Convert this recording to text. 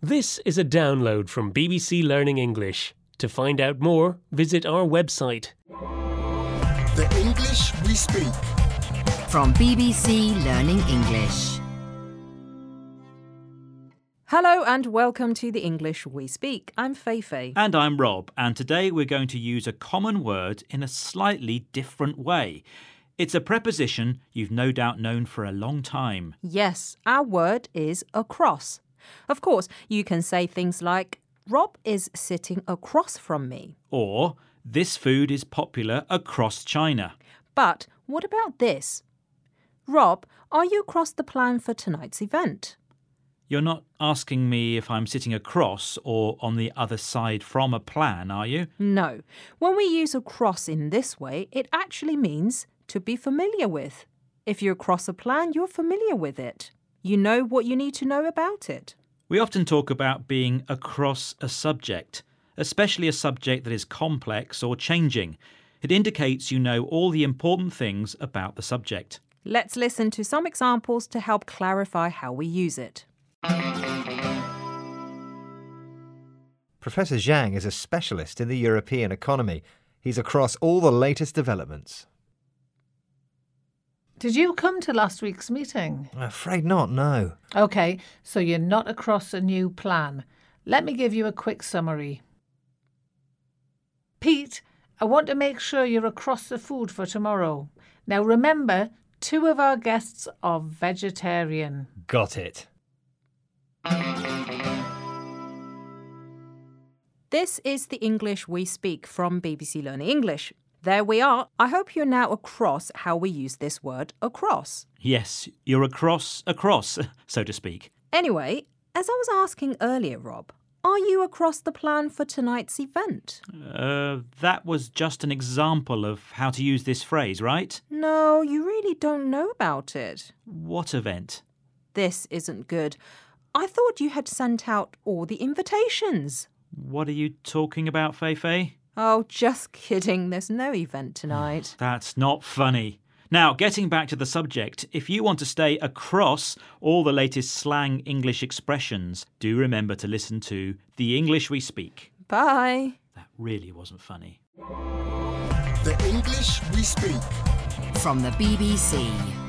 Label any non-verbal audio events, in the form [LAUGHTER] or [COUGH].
This is a download from BBC Learning English. To find out more, visit our website. The English we speak. From BBC Learning English. Hello and welcome to the English We Speak. I'm Feifei. And I'm Rob, and today we're going to use a common word in a slightly different way. It's a preposition you've no doubt known for a long time. Yes, our word is across. Of course, you can say things like, Rob is sitting across from me. Or, this food is popular across China. But what about this? Rob, are you across the plan for tonight's event? You're not asking me if I'm sitting across or on the other side from a plan, are you? No. When we use across in this way, it actually means to be familiar with. If you're across a plan, you're familiar with it. You know what you need to know about it. We often talk about being across a subject, especially a subject that is complex or changing. It indicates you know all the important things about the subject. Let's listen to some examples to help clarify how we use it. Professor Zhang is a specialist in the European economy. He's across all the latest developments. Did you come to last week's meeting? I'm afraid not, no. OK, so you're not across a new plan. Let me give you a quick summary. Pete, I want to make sure you're across the food for tomorrow. Now remember, two of our guests are vegetarian. Got it. This is the English we speak from BBC Learn English. There we are. I hope you're now across how we use this word across. Yes, you're across, across, [LAUGHS] so to speak. Anyway, as I was asking earlier, Rob, are you across the plan for tonight's event? Uh, that was just an example of how to use this phrase, right? No, you really don't know about it. What event? This isn't good. I thought you had sent out all the invitations. What are you talking about, Feifei? Oh, just [LAUGHS] kidding. There's no event tonight. That's not funny. Now, getting back to the subject, if you want to stay across all the latest slang English expressions, do remember to listen to The English We Speak. Bye. That really wasn't funny. The English we speak. From the BBC.